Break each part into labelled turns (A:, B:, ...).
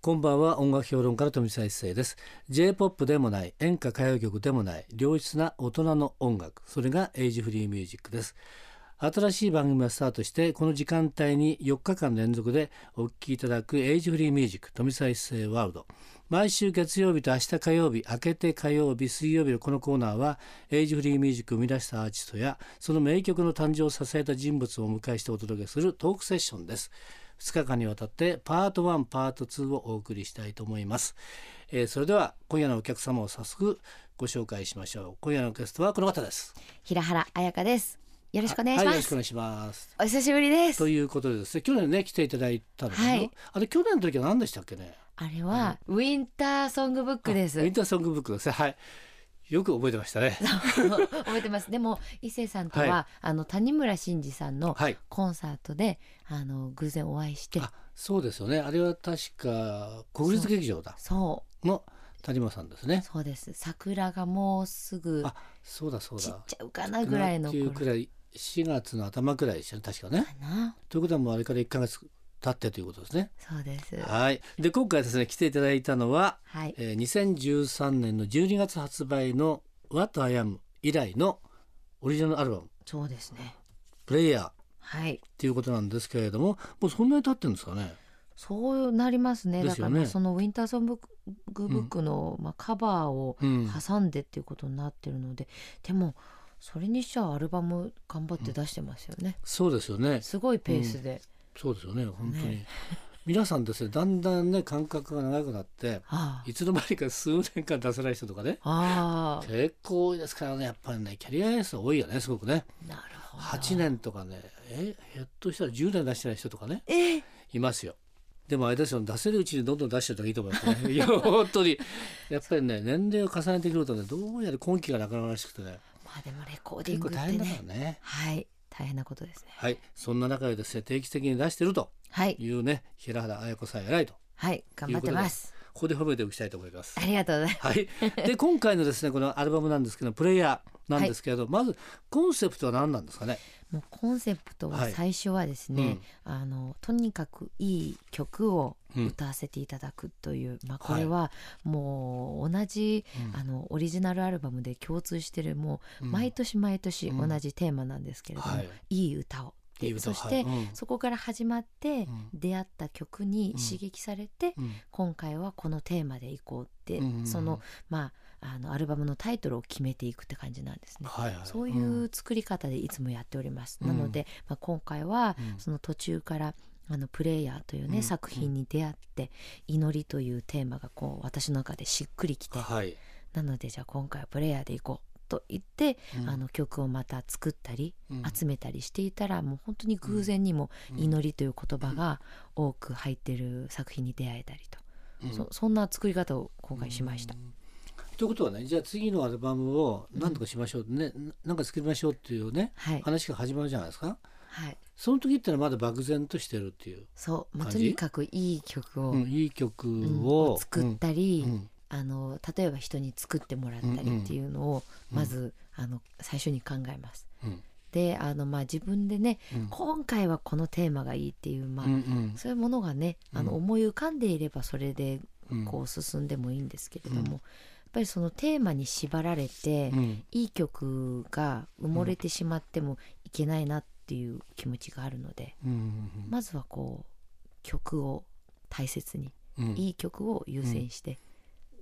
A: こんばんは音楽評論家の富澤一世です J-POP でもない演歌歌謡曲でもない良質な大人の音楽それがエイジフリーミュージックです新しい番組がスタートしてこの時間帯に4日間連続でお聴きいただくエイジフリーミュージック富澤一世ワールド毎週月曜日と明日火曜日明けて火曜日水曜日のこのコーナーはエイジフリーミュージックを生み出したアーティストやその名曲の誕生を支えた人物をお迎えしてお届けするトークセッションです2日間にわたってパート1パート2をお送りしたいと思います、えーそれでは今夜のお客様を早速ご紹介しましょう今夜のゲストはこの方です
B: 平原彩香です。よろしくお願いし
A: は
B: ま
A: いよろしく
B: す。
A: お願いします
B: お久しぶりです
A: と。いうことでですね去年ね来ていただいたんですよ、
B: はい
A: あれ去年の時は何でしたっけね
B: あれはウィンターソングブックで
A: あウィ
B: す
A: ン。ターソングブックですねはいよく覚えてましたね
B: 覚えてます。でも伊勢さんとは、
A: は
B: あの谷村新司さんの
A: はい
B: コンサートで、あの偶然お会いして、
A: あそうですよねあれは確か国立劇場だ
B: そ
A: の谷間さんです
B: う
A: ね
B: そうです。桜がもうすぐ
A: あそうだそう
B: ちっ
A: だ
B: ちゃうかなぐらいの
A: っていう
B: 頃
A: くらい4月の頭くらいでしたね確かね
B: かな。
A: ということはもうあれから1ヶ月経ってということですね
B: そうです。
A: はいで今回ですね来ていただいたのは、
B: はい。
A: えー、2013年の12月発売の「What I Am」以来のオリジナルアルバム
B: そうですね。
A: 「プレイヤー」っ
B: はい。
A: ていうことなんですけれどももうそんなに経ってるんですかね
B: そうなりますね。
A: で
B: だ
A: すよ
B: から
A: ね
B: まあそのウィンターソングブックの、まあカバーを
A: うん
B: 挟んでっていうことになってるので、でもそれにしちゃアルバム頑張って出してますよね、
A: そうですよね
B: すごいペースで、
A: そうですよね本当に、
B: ね
A: 皆さんですねだんだんね感覚が長くなって
B: あ
A: いつの間にか数年間出せない人とかね
B: ああ
A: 結構多いですからねやっぱりねキャリアエース多いよねすごくね
B: あなるほど
A: 8年とかねえひょっとしたら10年出してない人とかね
B: え
A: いますよでもあれですよ出せるうちにどんどん出してた方がいいと思います ねいや本当にやっぱりね年齢を重ねてくるとねどうやら今期がなくなるらしくてね
B: まあでもレコーディン
A: 結
B: グ
A: 構
B: っ
A: 大変
B: て
A: だから
B: ね
A: ね
B: はい大変なことですね
A: はいそんな中でですね定期的に出してると
B: はい
A: いうね平原綾子さん偉いと
B: はい頑張ってます
A: ここで褒めておきたいと思います
B: ありがとうございます
A: はい、で今回のですねこのアルバムなんですけどプレイヤーなんですけれど、まずコンセプトは何なんですかね。
B: もうコンセプト
A: は
B: はい最初はですね、あのとにかくいい曲を
A: うん
B: 歌わせていただくという、ま
A: は
B: あ
A: い
B: これはもう同じ、
A: うん
B: あのオリジナルアルバムで共通してるもう
A: うん
B: 毎年毎年
A: うん
B: 同じテーマなんですけれども、
A: はいい、
B: い歌をで
A: いい歌
B: そ
A: を
B: して、
A: はいうん
B: そこから始まって
A: ん
B: 出会った曲に
A: うん
B: 刺激されて、
A: うん
B: 今回はこのテーマでいこうって、
A: うんうんうん
B: そのまああのアルバムのタイトルを決めていくって感じなんですね。
A: はいはい、
B: そういう作り方でいつもやっております。
A: うん
B: なので、まあ、今回は
A: うん
B: その途中からあのプレイヤーというね、
A: うん
B: 作品に出会って祈りというテーマがこう私の中でしっくりきて、
A: はい、
B: なのでじゃあ今回はプレイヤーでいこうと言って、
A: うん
B: あの曲をまた作ったり、
A: うん
B: 集めたりしていたらもう本当に偶然にも祈りという言葉が多く入ってる作品に出会えたりと、
A: うん
B: そそんな作り方を今回しまし
A: う
B: た。
A: んということはねじゃあ次のアルバムを何とかしましょう、ねななんか作りましょうっていうね、
B: はい、
A: 話が始まるじゃないですか
B: はい、
A: その時ってのはまだ漠然としてるっていう、
B: そう、まあ、
A: 感
B: と
A: じ
B: にかくいい曲を、
A: うんいい曲
B: うん
A: を、
B: 作ったり、
A: うん
B: あの例えば人に作ってもらったりっていうのを
A: うん
B: まず、あの最初に考えます。
A: うん
B: であの、まあ、自分でね、
A: うん
B: 今回はこのテーマがいいっていう、まあ
A: うんうん
B: そういうものがねあの
A: うん
B: 思い浮かんでいればそれで
A: うん
B: こう進んでもいいんですけれども、
A: うん
B: やっぱりそのテーマに縛られて、
A: うん
B: いい曲が埋もれてしまってもいけないなっていう気持ちがあるので、
A: うん
B: まずはこう曲を大切に、
A: うんうん
B: いい曲を優先して。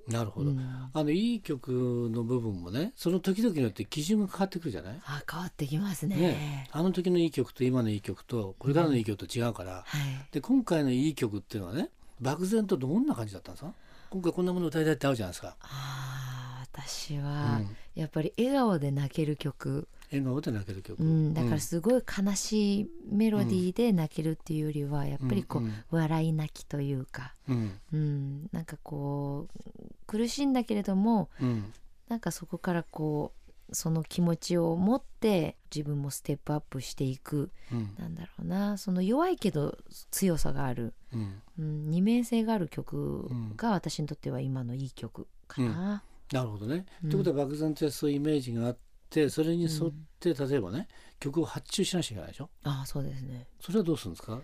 A: なるほど、
B: うん
A: あのいい曲の部分もねその時々によって基準が変わってくるじゃない、
B: あ変わってきますね。
A: ねあの時のいい曲と今のいい曲とこれからのいい曲と違うから、
B: はい。
A: で今回のいい曲っていうのはね漠然とどんな感じだったんですか今回こんなもの歌いたいってあるじゃないですか、
B: ああ私
A: う
B: は
A: ん、
B: やっぱり笑顔で泣ける曲、
A: 笑顔で泣ける曲、
B: うん、だからすごい悲しいメロディーで泣けるっていうよりはやっぱりこう、
A: うん
B: 笑い泣きというか、
A: うん
B: うん、なんかこう苦しいんだけれども
A: うん
B: なんかそこからこうその気持ちを持って自分もステップアップしていく
A: うん
B: なんだろうなその弱いけど強さがある
A: うん
B: うん、二面性がある曲が私にとっては今のいい曲かな。
A: なるほどね、
B: うん
A: ってことは漠然とそういうイメージがあってそれに沿って、例えばね曲を発注しなきゃいけないでしょ
B: ああそうですね。
A: それはどうするんですか
B: あ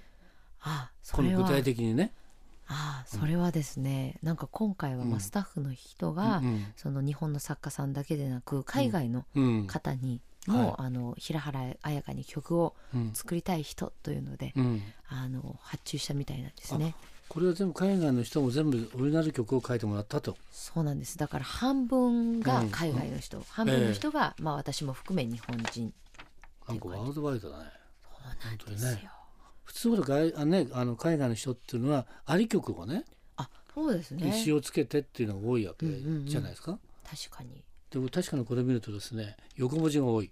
B: あそ
A: この
B: れは
A: 具体的にね
B: ああそれはですね、なんか今回はま
A: う
B: あ
A: ん
B: スタッフの人が、
A: うん
B: その日本の作家さんだけでなく海外の
A: うん
B: 方に
A: うん
B: も、
A: はい
B: あの平原彩香に曲を
A: うん
B: 作りたい人というので、
A: うん
B: あの発注したみたいなんですね。
A: これは全部海外の人も全部オリジナル曲を書いてもらったと。
B: そうなんですだから半分が
A: うん
B: 海外の人、半分の人が、まあ、私も含め日本人
A: なんかワールドワイドだね。
B: そうなんで
A: 本当
B: す
A: に
B: よ。
A: ね普通の外あ、ね、あの海外の人っていうのはあり曲をね
B: あそうですね
A: 詞をつけてっていうのが多いわけじゃないですか。
B: 確かに
A: でも確かにこれ見るとですね横文字が多い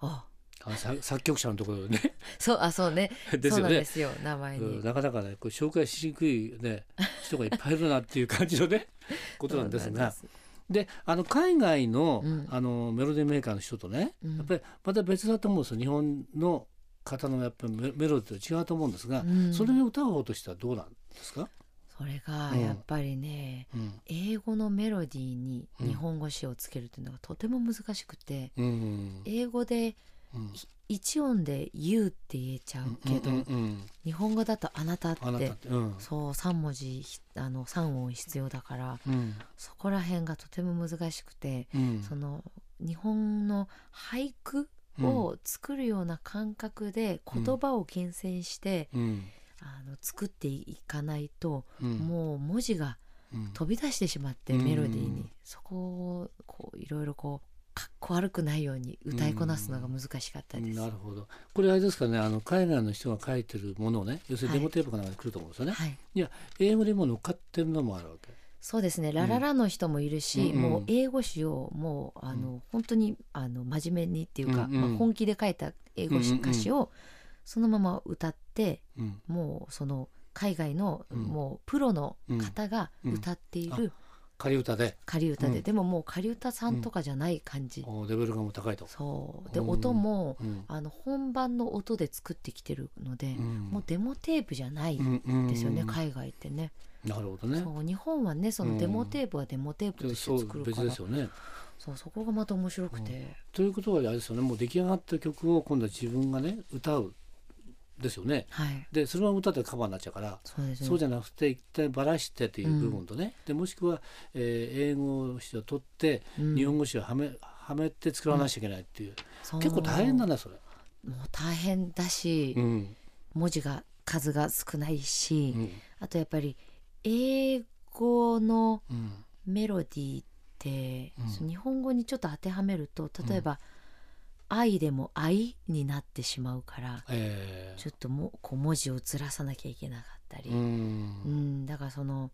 B: あ
A: あの作作曲者のところで ね
B: そうあそうね
A: です
B: そう
A: よ
B: なんで
A: ね。
B: すよ名前に、
A: うんなかなかねこう紹介しにくい、ね、人がいっぱいいるなっていう感じの ねことなんです
B: そう
A: がであの海外の,、
B: うん
A: あのメロディーメーカーの人とね、
B: うん
A: やっぱりまた別だと思うんですよ日本の方のやっぱりメメロディーと違うと思うんですが、
B: うん
A: それを歌う方としてはどうなんですか、
B: それが
A: うん
B: やっぱりね、
A: うん
B: 英語のメロディーに
A: うん
B: 日本語詞をつけるというのがとても難しくて、
A: うん
B: 英語で
A: うん
B: 一音で「You」って言えちゃうけど、
A: うんうんうん
B: 日本語だと「あなた」って
A: あなたって、うん
B: そう3文字ひあの3音必要だから
A: うん
B: そこら辺がとても難しくて、
A: うん
B: その日本の俳句を作るような感覚で
A: うん
B: 言葉を厳選して、
A: うん
B: あの作っていかないと、
A: うん
B: もう文字が
A: うん
B: 飛び出してしまって
A: うん
B: メロディーに、
A: うん
B: そこをこういろいろこうかっこ悪くないように歌いこなすのが難しかったです。
A: なるほどこれあれですかねあの海外の人が書いてるものをね要するにデモテープかなんかで来ると思うんですよね、
B: はい、
A: 英語でも乗っかってるのもあるわけ
B: そうですね、ラララの人もいるし、
A: うん
B: もう英語詞をもうあの、本当にあの真面目にっていうか、
A: うんうん
B: まあ、本気で書いた英語詞、
A: うんうんうん
B: 歌詞をそのまま歌って
A: うん
B: もうその海外の、
A: うん
B: もうプロの方が歌ってい
A: うんう
B: る
A: 仮歌で
B: 仮歌で、
A: うん
B: でももう仮歌さんとかじゃない感じ、
A: おレベルがもう高いと、
B: そうで
A: うん
B: 音も、
A: うん
B: あの本番の音で作ってきてるので、
A: うん
B: もうデモテープじゃない
A: うんうん
B: ですよね、海外ってね
A: なるほどね
B: そう日本はねそのデモテープはデモテープ
A: で
B: とし
A: そ
B: て
A: う
B: 作る
A: 別
B: から
A: で
B: そ
A: す
B: う
A: よね
B: そこがまた面白くて、
A: ということはあれですよねもう出来上がった曲を今度は自分がね歌うですよね
B: はい
A: でそのまま歌ってカバーになっちゃうから
B: そうですね
A: そうじゃなくて一体ばらしてという部分とね、でもしくは、えー英語詞を取って
B: うん
A: 日本語詞をはめ,、はめて作らなくちゃいけないっていう、
B: そう
A: 結構大変だなそれ。
B: もう大変だし、
A: うん
B: 文字が数が少ないうし、
A: ん
B: あとやっぱり英語の
A: うん
B: メロディーって、
A: うん
B: そう日本語にちょっと当てはめると例えば「愛」でも「愛」になってしまうから、
A: え
B: ちょっともこう文字をずらさなきゃいけなかったり、
A: ーう
B: うん
A: ん
B: だからその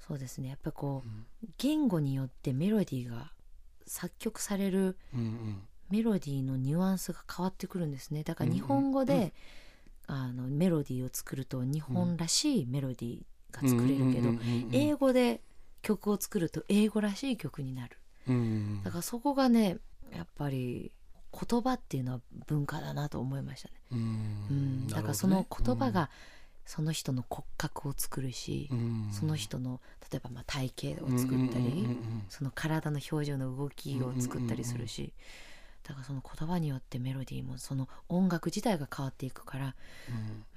B: そうですねやっぱりこ
A: うん
B: う言語によってメロディーが作曲される
A: うんうん
B: メロディーのニュアンスが変わってくるんですねだか
A: う
B: ら
A: んうん
B: 日本語で、あのメロディーを作ると日本らしいメロディーが作れるけど、
A: うんうんうんうん
B: 英語で曲を作ると英語らしい曲になる
A: うん
B: だからそこがねやっぱり言葉っていうのは文化だなと思いましたね
A: う
B: うんん、だからその言葉、
A: なる
B: がその人の骨格を作るし
A: ほ、どねうん
B: その人の例えばまあ体型を作ったり、
A: うんうんうんうん
B: その体の表情の動きを作ったりするし、だからその言葉によってメロディーもその音楽自体が変わっていくから、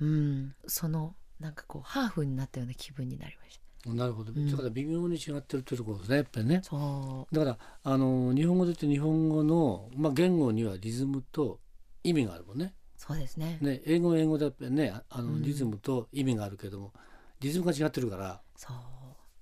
B: うん、そのなんかこうハーフになったような気分になりまし
A: うんなるほど、
B: ん
A: だから微妙に違ってるってところですねやっぱりね
B: た。そ
A: だからあの日本語で言って日本語の、まあ、言語にはリズムと意味があるもんね
B: うそうですね
A: ね英語は英語でやっぱりねあ
B: う
A: の
B: ん
A: リズムと意味があるけども、リズムが違ってるから
B: そう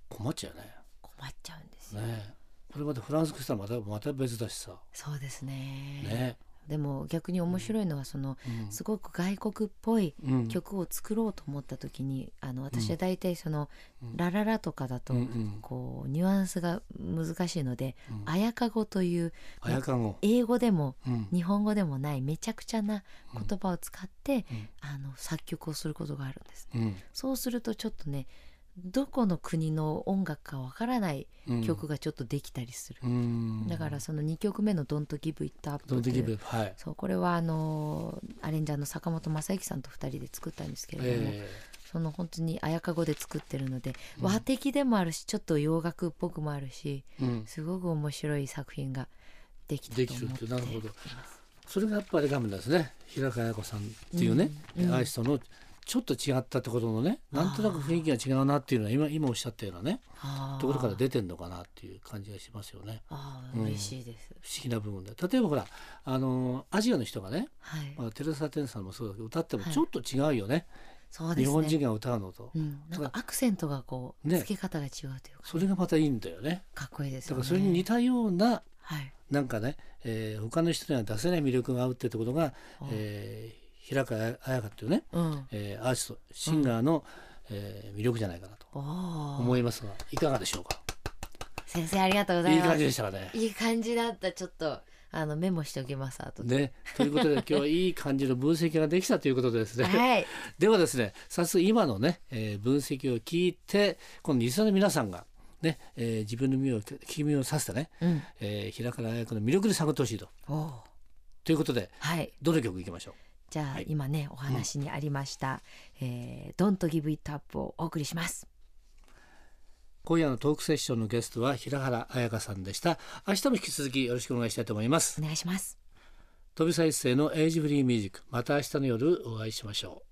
A: 困っちゃうよね。
B: 困っちゃうんですよ、
A: ねこれまたフランス語したらまたまた別だしさ。
B: そうですね
A: ね。
B: でも逆に面白いのはその、
A: うん
B: すごく外国っぽい
A: うん
B: 曲を作ろうと思った時にあの私
A: う
B: は大体その
A: うん
B: 「ラララ」とかだと
A: うんうん
B: こうニュアンスが難しいので
A: う
B: 「
A: ん
B: あやかご」という
A: あやかんを。
B: 英語でも
A: うん
B: 日本語でもないめちゃくちゃな
A: うん
B: 言葉を使って
A: うん
B: あの作曲をすることがあるんです。
A: うん
B: そうするとちょっとねどこの国の音楽かわからない
A: うん
B: 曲がちょっとできたりする。
A: うん
B: だからその2曲目の「Don't Give It Up」
A: ドン
B: と
A: テ
B: い
A: ギブ
B: う
A: はい。
B: そうこれはあのーアレンジャーの坂本正幸さんと2人で作ったんですけれども、
A: え
B: その本当に綾香語で作ってるので、
A: うん
B: 和的でもあるしちょっと洋楽っぽくもあるし
A: えうん
B: すごく面白い作品ができたと
A: できる
B: 思
A: っ
B: って
A: てなるほど
B: います。
A: それがやっぱり画面ですね。平川綾子さんっていうね、
B: うんうん
A: アイストのちょっと違ったってことのねなんとなく雰囲気が違うなっていうのは今今おっしゃったようなねところから出てんのかなっていう感じがしますよね
B: ああ
A: うん
B: 嬉しいです、
A: 不思議な部分で例えばほらあのアジアの人がね、
B: はい、
A: まあ、テレサ・テンさんもそうだけど歌っても
B: はい
A: ちょっと違うよね,、
B: そうですね
A: 日本人が歌うのと、
B: うん、なんかアクセントがこう、
A: ね
B: 付け方が違うというか
A: それがまたいいんだよね
B: かっこいいです
A: だ
B: よ
A: から
B: ね
A: それに似たような
B: はい
A: なんかね、えー他の人には出せない魅力があるってことが、えー平川綾香っていうね、
B: うん
A: えーアーティストシンガーの、えー魅力じゃないかなと
B: おお
A: 思いますがいかがでしょうか
B: 先生ありがとうござ
A: い
B: い
A: い
B: ま
A: 感
B: す
A: じでしたかね。
B: いい感じだったちょっとあのメモしておきます後で、
A: ね、ということ で今日はいい感じの分析ができたということでですね、
B: はい
A: ではですね早速今のね、えー分析を聞いてこのリスナーの皆さんが、ねえー自分の耳を聞き耳をさせてね、
B: うん
A: えー平川綾香の魅力に探ってほしいと。
B: おお
A: ということで
B: はい
A: どの曲いきましょう
B: じゃあ、
A: はい
B: 今ねお話にありました「えー、Don't Give It Up」をお送りします
A: 今夜のトークセッションのゲストは平原彩香さんでした明日も引き続きよろしくお願いしたいと思います
B: お願いします
A: 飛び再生のエイジフリーミュージックまた明日の夜お会いしましょう